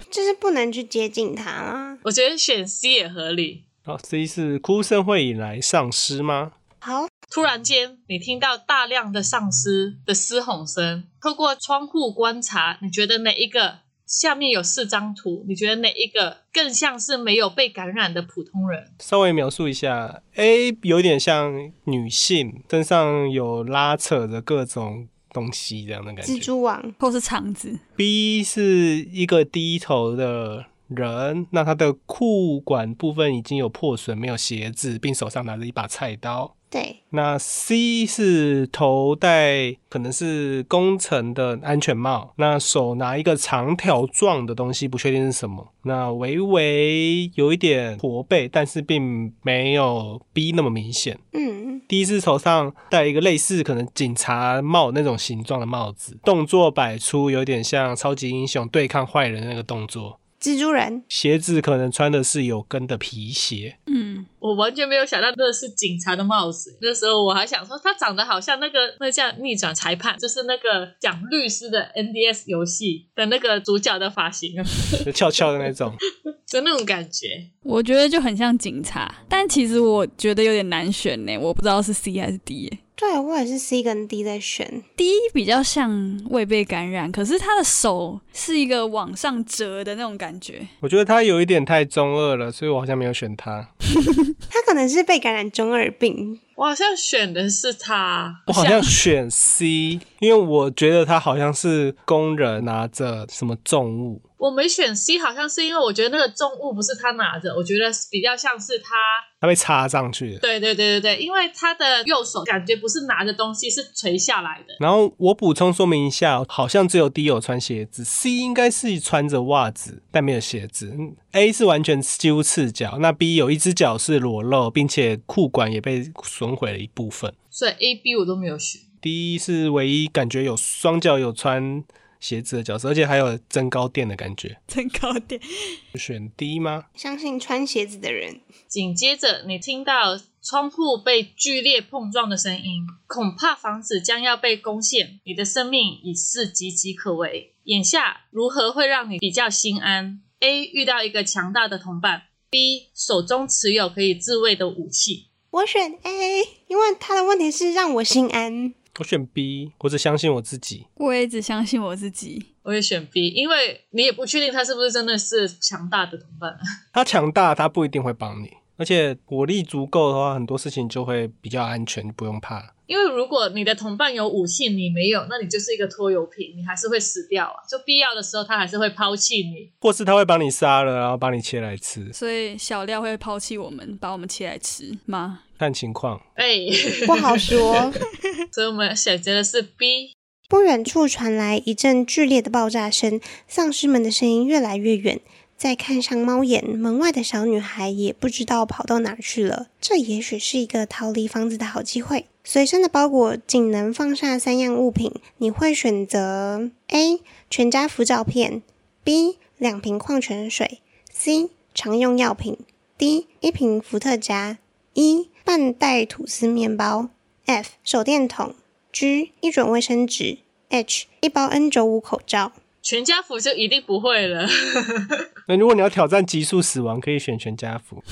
E: 就是不能去接近他啦。
B: 我觉得选 C 也合理。
C: 好，C 是哭声会引来丧尸吗？
E: 好，
B: 突然间，你听到大量的丧尸的嘶吼声。透过窗户观察，你觉得哪一个？下面有四张图，你觉得哪一个更像是没有被感染的普通人？
C: 稍微描述一下，A 有点像女性，身上有拉扯着各种东西这样的感
E: 蜘
C: 觉。
E: 蛛网
A: 或是肠子，
C: B 是一个低头的人，那他的裤管部分已经有破损，没有鞋子，并手上拿着一把菜刀。
E: 对
C: 那 C 是头戴可能是工程的安全帽，那手拿一个长条状的东西，不确定是什么。那微微有一点驼背，但是并没有 B 那么明显。
E: 嗯，
C: 第一次头上戴一个类似可能警察帽那种形状的帽子，动作摆出有点像超级英雄对抗坏人的那个动作。
E: 蜘蛛人
C: 鞋子可能穿的是有跟的皮鞋，
A: 嗯，
B: 我完全没有想到那是警察的帽子。那时候我还想说，他长得好像那个那叫逆转裁判，就是那个讲律师的 NDS 游戏的那个主角的发型，
C: 就翘翘的那种。
B: 就那种感觉。
A: 我觉得就很像警察，但其实我觉得有点难选呢，我不知道是 C 还是 D 耶。
E: 对啊我也是 C 跟 D 在选，
A: D 比较像未被感染，可是他的手是一个往上折的那种感觉。
C: 我觉得他有一点太中二了，所以我好像没有选他。
E: 他可能是被感染中二病，
B: 我好像选的是他，
C: 我好像选 C，因为我觉得他好像是工人拿着什么重物。
B: 我没选 C，好像是因为我觉得那个重物不是他拿着，我觉得比较像是他。
C: 他被插上去的。
B: 对对对对对，因为他的右手感觉不是拿着东西，是垂下来的。
C: 然后我补充说明一下，好像只有 D 有穿鞋子，C 应该是穿着袜子，但没有鞋子。嗯 A 是完全几乎赤脚，那 B 有一只脚是裸露，并且裤管也被损毁了一部分。
B: 所以 A、B 我都没有选。
C: D 是唯一感觉有双脚有穿鞋子的角色，而且还有增高垫的感觉。
A: 增高点，
C: 选 D 吗？
E: 相信穿鞋子的人
B: 紧接着，你听到窗户被剧烈碰撞的声音，恐怕房子将要被攻陷，你的生命已是岌岌可危。眼下如何会让你比较心安？A 遇到一个强大的同伴，B 手中持有可以自卫的武器。
E: 我选 A，因为他的问题是让我心安。
C: 我选 B，我只相信我自己。
A: 我也只相信我自己。
B: 我也选 B，因为你也不确定他是不是真的是强大的同伴。啊
C: 他强大，他不一定会帮你，而且火力足够的话，很多事情就会比较安全，不用怕。
B: 因为如果你的同伴有武器，你没有，那你就是一个拖油瓶，你还是会死掉啊！就必要的时候，他还是会抛弃你。
C: 或是他会把你杀了，然后把你切来吃，
A: 所以小廖会抛弃我们，把我们切来吃吗？
C: 看情况。
B: 哎，
E: 不好说。
B: 所以我们选择的是 B。
E: 不远处传来一阵剧烈的爆炸声，丧尸们的声音越来越远。再看上猫眼，门外的小女孩也不知道跑到哪去了。这也许是一个逃离房子的好机会。随身的包裹仅能放下三样物品，你会选择 A 全家福照片，B 两瓶矿泉水 C. 常用药品 D. 一瓶伏特加 E. 半袋吐司面包 F. 手电筒 G. 一卷卫生纸 H. 一包 N95 口罩。
B: 全家福就一定不会了，
C: 那如果你要挑战极速死亡，可以选全家福。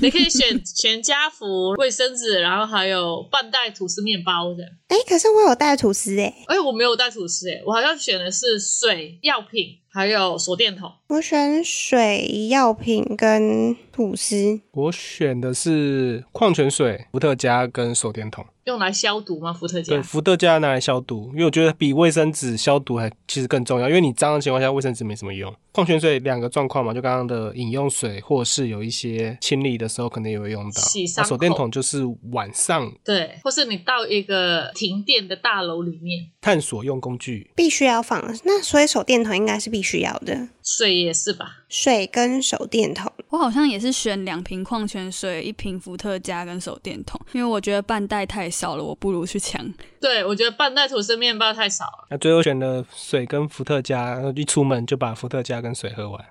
B: 你可以选全家福、卫生纸，然后还有半袋吐司面包的。
E: 哎，可是我有带吐司哎，
B: 哎、我没有带吐司、哎，我好像选的是水、药品还有手电筒。
E: 我选水、药品跟吐司。
C: 我选的是矿泉水、伏特加跟手电筒。
B: 用来消毒吗？伏特
C: 对，
B: 加？
C: 伏特加拿来消毒，因为我觉得比卫生纸消毒还其实更重要，因为你脏的情况下，卫生纸没什么用。矿泉水两个状况嘛，就刚刚的饮用水，或是有一些清理的时候可能也会用到。
B: 洗伤
C: 那
B: 口
C: 手电筒就是晚上
B: 对，或是你到一个停电的大楼里面，
C: 探索用工具。
E: 必须要放，那所以手电筒应该是必须要的。
B: 水也是吧？
E: 水跟手电筒，
A: 我好像也是选两瓶矿泉水、一瓶伏特加跟手电筒，因为我觉得半袋太少了，我不如去抢。
B: 对，我觉得半袋吐司面包太少了，
C: 那最后选了水跟伏特加，然后一出门就把伏特加跟水喝完。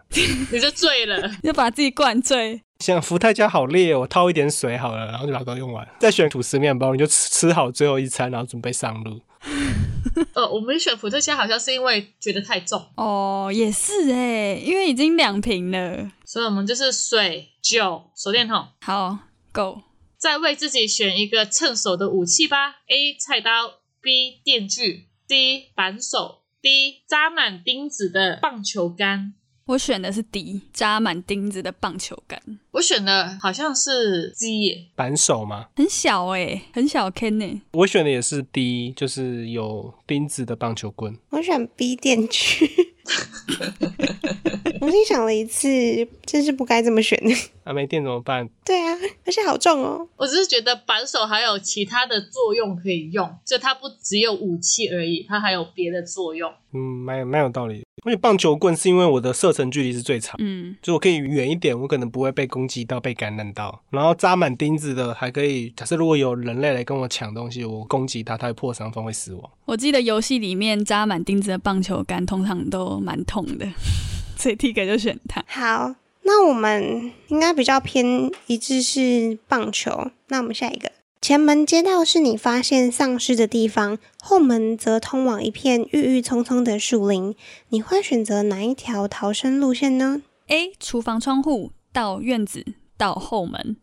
B: 你就醉了。
A: 就把自己灌醉。
C: 像伏特加好烈哦，我掏一点水好了，然后就把它都用完。再选吐司面包，你就吃吃好最后一餐，然后准备上路。
B: 呃，我们选伏特加好像是因为觉得太重，
A: 哦，也是哎，因为已经两瓶了。
B: 所以我们就是水、酒、手电筒，
A: 好，Go。
B: 再为自己选一个趁手的武器吧。A. 菜刀，B. 电锯，C. 扳手，D. 扎满钉子的棒球杆。
A: 我选的是 D，扎满钉子的棒球杆，
B: 我选的好像是鸡耶，
C: 扳手嘛，
A: 很小哎，很小 Ken 哎，
C: 我选的也是 D，就是有钉子的棒球棍。
E: 我选 B 电锯。 我心想了一次，真是不该这么选。
C: 啊，没电怎么办？
E: 对啊，而且好重哦。
B: 我只是觉得扳手还有其他的作用可以用，就它不只有武器而已，它还有别的作用。
C: 嗯，蛮有蛮有道理的。而且棒球棍是因为我的射程距离是最长，
A: 嗯，
C: 就我可以远一点，我可能不会被攻击到、被感染到。然后扎满钉子的还可以，假设如果有人类来跟我抢东西，我攻击它，它会破伤风，会死亡。
A: 我记得游戏里面扎满钉子的棒球杆通常都蛮痛的， 所以 T 哥就选它。
E: 好，那我们应该比较偏一致是棒球。那我们下一个，前门街道是你发现丧尸的地方，后门则通往一片郁郁葱葱的树林。你会选择哪一条逃生路线呢？
A: A 厨房窗户到院子到后门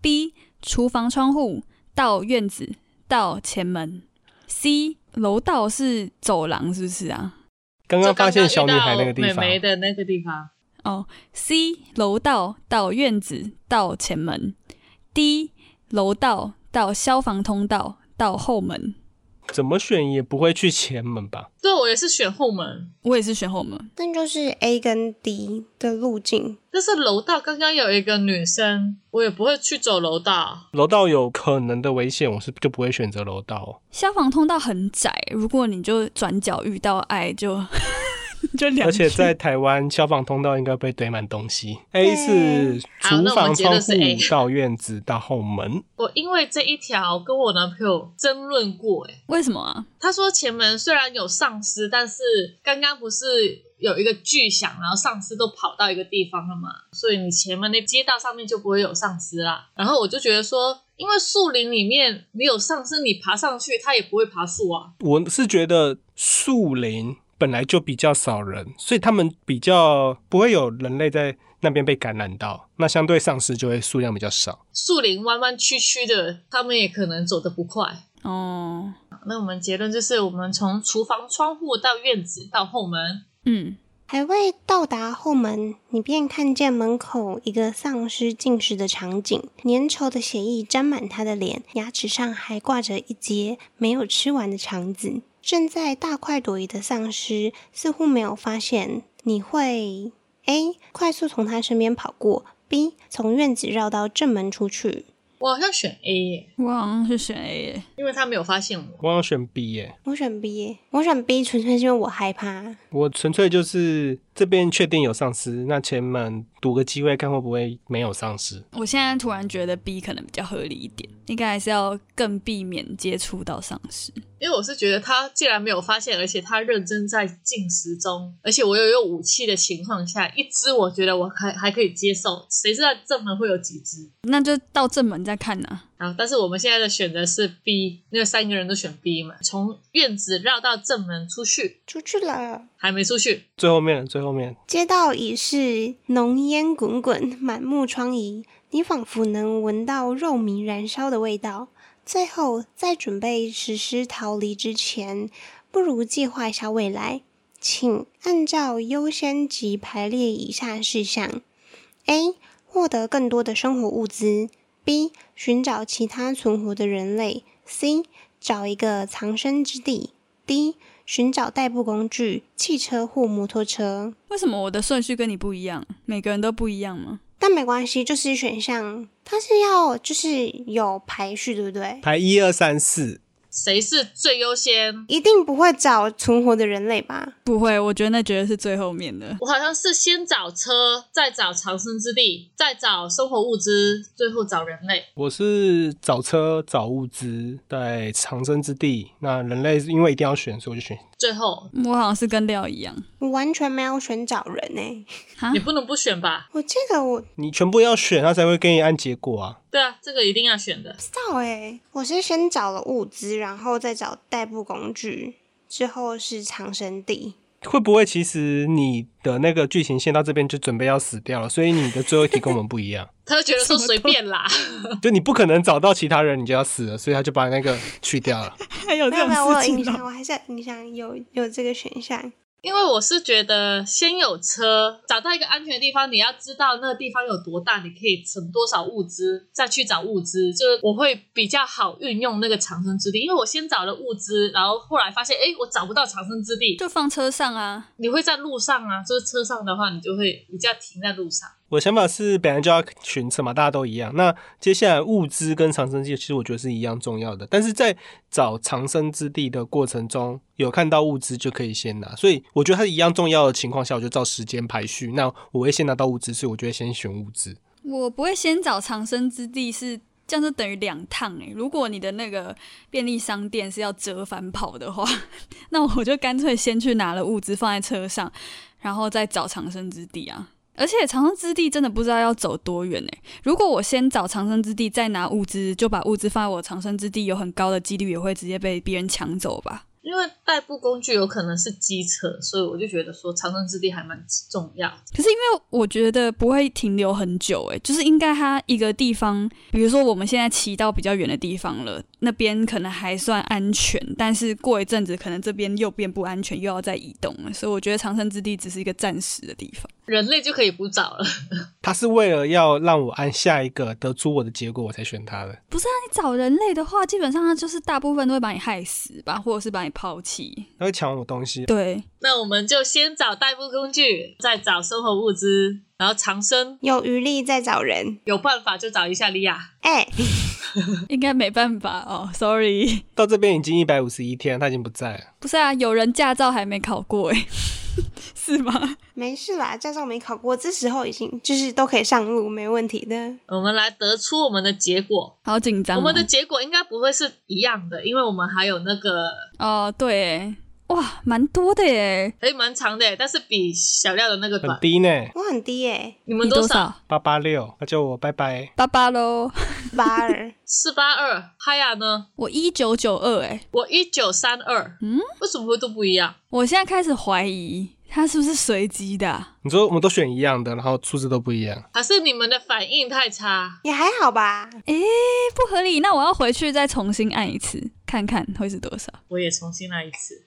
A: ，B 厨房窗户到院子到前门，C 楼道是走廊是不是啊？
C: 刚
B: 就
C: 刚发现小女孩那个
B: 遇
C: 地
B: 到
C: 方，
B: 美眉的那个地方，
A: 哦，C 楼道到院子到前门，D 楼道到消防通道到后门。
C: 怎么选也不会去前门吧？
B: 对我也是选后门。
A: 我也是选后门，
E: 那就是 A 跟 D 的路径。
B: 但是楼道刚刚有一个女生，我也不会去走楼道。
C: 楼道有可能的危险，我是就不会选择楼道哦、
A: 消防通道很窄，如果你就转角遇到爱就 就两句，
C: 而且在台湾，消防通道应该被堆满东西。A 是
B: 好
C: 厨
B: 那我
C: 房
B: 们结
C: 窗
B: 论是
C: 户
B: A
C: 到院子到后门，
B: 我因为这一条跟我男朋友争论过、欸，
A: 为什么啊？
B: 他说前门虽然有丧尸，但是刚刚不是有一个巨响，然后丧尸都跑到一个地方了嘛，所以你前门那街道上面就不会有丧尸啦。然后我就觉得说，因为树林里面你有丧尸，你爬上去它也不会爬树啊。
C: 我是觉得树林本来就比较少人，所以他们比较不会有人类在那边被感染到，那相对丧尸就会数量比较少。
B: 树林弯弯曲曲的，他们也可能走得不快。
A: 哦，
B: 那我们结论就是，我们从厨房窗户到院子到后门，
A: 嗯，
E: 还未到达后门，你便看见门口一个丧尸进食的场景，粘稠的血液沾满他的脸，牙齿上还挂着一截没有吃完的肠子。正在大快朵颐的丧尸似乎没有发现你会 A 快速从他身边跑过，B 从院子绕到正门出去。
B: 我好像选 A 耶，
A: 我好像是选 A 耶。
B: 因为他没有发现我。
C: 我要选 B 耶、
E: 我选 B，耶我选 B 纯粹是因为我害怕。
C: 我纯粹就是这边确定有丧尸，那前门赌个机会看会不会没有丧尸。
A: 我现在突然觉得 B 可能比较合理一点，应该还是要更避免接触到丧尸。
B: 因为我是觉得他既然没有发现，而且他认真在进食中，而且我又有武器的情况下，一只我觉得我还还可以接受，谁知道正门会有几只？
A: 那就到正门再看呐、
B: 啊，但是我们现在的选择是 B，因为三个人都选 B 嘛，从院子绕到正门出去，
E: 出去了。
B: 还没出去，
C: 最后面，最后面，
E: 街道已是浓烟滚滚，满目疮痍，你仿佛能闻到肉糜燃烧的味道。最后，在准备实施逃离之前，不如计划一下未来，请按照优先级排列以下事项：A. 获得更多的生活物资；B. 寻找其他存活的人类；C. 找一个藏身之地；D. 寻找代步工具，汽车或摩托车。
A: 为什么我的顺序跟你不一样？每个人都不一样吗？
E: 但没关系，就是选项，它是要就是有排序，对不对？
C: 排一二三四，
B: 谁是最优先？
E: 一定不会找存活的人类吧？
A: 不会，我觉得那绝对是最后面的。
B: 我好像是先找车，再找藏身之地，再找生活物资，最后找人类。
C: 我是找车、找物资，在藏身之地。那人类因为一定要选，所以我就选。
B: 最后
A: 我好像是跟廖一样，
E: 我完全没有选找人呢、
A: 哈
B: 也，不能不选吧？
E: 我记得我
C: 你全部要选，他才会给你按结果啊。
B: 对啊，这个一定要选的
E: 不。知道哎、我是先找了物资，然后再找代步工具，之后是藏身地。
C: 会不会其实你的那个剧情线到这边就准备要死掉了，所以你的最后一题跟我们不一样，
B: 他就觉得说随便啦，
C: 就你不可能找到其他人你就要死了，所以他就把那个去掉了。
A: 还有
E: 没
A: 这
E: 有
A: 种
E: 没有，我
A: 事
E: 有印
A: 情
E: 象，
A: 哦、
E: 我还是有印象有有这个选项。
B: 因为我是觉得先有车，找到一个安全的地方，你要知道那个地方有多大，你可以存多少物资，再去找物资。就是我会比较好运用那个藏身之地，因为我先找了物资，然后后来发现，哎，我找不到藏身之地，
A: 就放车上啊。
B: 你会在路上啊，就是车上的话，你就会比较停在路上。
C: 我想法是本来就要群策嘛，大家都一样。那接下来物资跟长生之地，其实我觉得是一样重要的。但是在找长生之地的过程中，有看到物资就可以先拿，所以我觉得它是一样重要的情况下，我就照时间排序。那我会先拿到物资，所以我就会先选物资。
A: 我不会先找藏身之地是。这样就等于两趟诶、如果你的那个便利商店是要折返跑的话， 那我就干脆先去拿了物资放在车上，然后再找藏身之地啊。而且藏身之地真的不知道要走多远诶、如果我先找藏身之地，再拿物资，就把物资放在我藏身之地，有很高的几率也会直接被别人抢走吧。
B: 因为代步工具有可能是机车，所以我就觉得说长生之地还蛮重要。
A: 可是因为我觉得不会停留很久、诶，就是应该它一个地方，比如说我们现在骑到比较远的地方了，那边可能还算安全，但是过一阵子可能这边又变不安全，又要再移动了，所以我觉得藏身之地只是一个暂时的地方。
B: 人类就可以不找了，
C: 它是为了要让我按下一个得出我的结果，我才选它的。
A: 不是啊，你找人类的话，基本上它就是大部分都会把你害死吧，或者是把你抛弃。
C: 它会抢我东 西。
A: 对，
B: 那我们就先找代步工具，再找生活物资，然后长生
E: 有余力再找人。
B: 有办法就找一下莉亚。
E: 哎、
A: 应该没办法哦，sorry。
C: 到这边已经一百五十一天了，它已经不在了。
A: 不是啊，有人驾照还没考过诶， 是吗？
E: 没事啦，驾照没考过，这时候已经就是都可以上路，没问题的。
B: 我们来得出我们的结果，
A: 好紧张哦、
B: 我们的结果应该不会是一样的，因为我们还有那个
A: 哦，对诶，哇，蛮多的耶。
B: 还蛮长的，但是比小廖的那个
C: 很
B: 短。
C: 低呢，
E: 我很低欸耶、
A: 你
B: 你们
A: 多
B: 少？？
C: 八八六，那就我拜拜。
A: 八八喽，
E: 八二，
B: 四八二。哈雅呢？
A: 我一九九二诶，
B: 我一九三二。
A: 嗯，
B: 为什么会都不一样？
A: 我现在开始怀疑它是不是随机的啊、
C: 你说我们都选一样的，然后数字都不一样，
B: 还是你们的反应太差？
E: 也还好吧。
A: 诶，不合理，那我要回去再重新按一次，看看会是多少。
B: 我也重新来一次。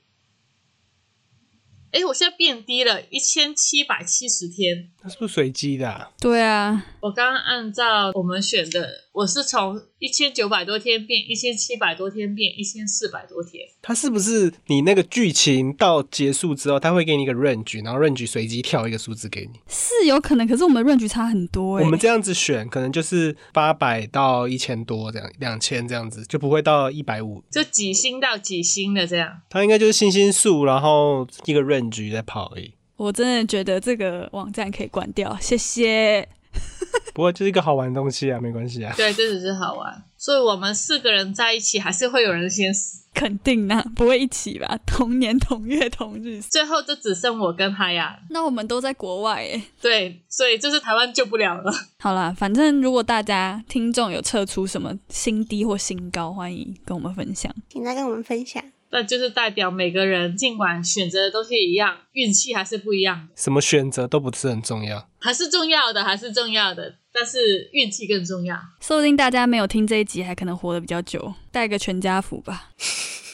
B: 哎，我现在变低了，一千七百七十天。
C: 那是不是随机的啊、
A: 对啊，
B: 我刚刚按照我们选的，我是从一千九百多天变一千七百多天变一千四百多天，
C: 它是不是你那个剧情到结束之后，它会给你一个 range，然后 range 随机跳一个数字给你？
A: 是有可能，可是我们的 range 差很多诶。
C: 我们这样子选，可能就是八百到一千多这样，两千这样子就不会到一百五。
B: 就几星到几星的这样。
C: 它应该就是星星数，然后一个 range 在跑而已。
A: 我真的觉得这个网站可以关掉，谢谢。
C: 不过就是一个好玩的东西啊，没关系啊。
B: 对，这只是好玩。所以我们四个人在一起，还是会有人先死。
A: 肯定啦、不会一起吧？同年同月同日，
B: 最后就只剩我跟哈雅，
A: 那我们都在国外耶。
B: 对，所以就是台湾救不了 了。
A: 好啦，反正如果大家听众有测出什么新低或新高，欢迎跟我们分享。
E: 请再跟我们分享。
B: 那就是代表每个人尽管选择的东西一样，运气还是不一样，
C: 什么选择都不是很重要。
B: 还是重要的，还是重要的，但是运气更重要。
A: 说不定大家没有听这一集，还可能活得比较久，带个全家福吧。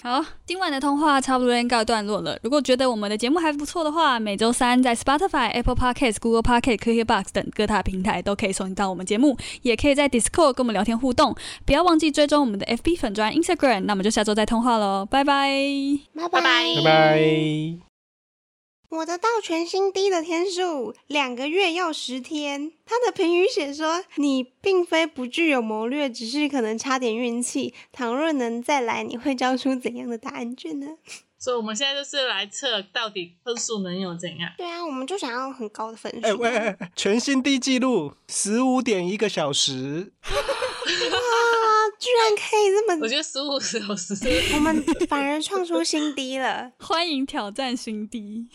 A: 好，今晚的通话差不多先告一段落了。如果觉得我们的节目还不错的话，每周三在 Spotify、Apple Podcast、Google Podcast、KKBox 等各大平台都可以收听到我们节目，也可以在 Discord 跟我们聊天互动。不要忘记追踪我们的 FB 粉专 Instagram。那我们就下周再通话喽，拜拜。
B: 拜
E: 拜
B: 拜
C: 拜拜。
E: 我的到全新低的天数，两个月又十天。他的评语写说：“你并非不具有谋略，只是可能差点运气。倘若能再来，你会交出怎样的答案卷呢
B: 所以我们现在就是来测到底分数能有怎样？”。
E: 对啊，我们就想要很高的分数
C: 哎、
E: 啊。
C: 喂，哎哎全新低纪录，十五点一个小时。
E: 哇，居然可以这
B: 我
E: 么，
B: 觉得十五小时。
E: 我们反而创出新低了。
A: 欢迎挑战新低。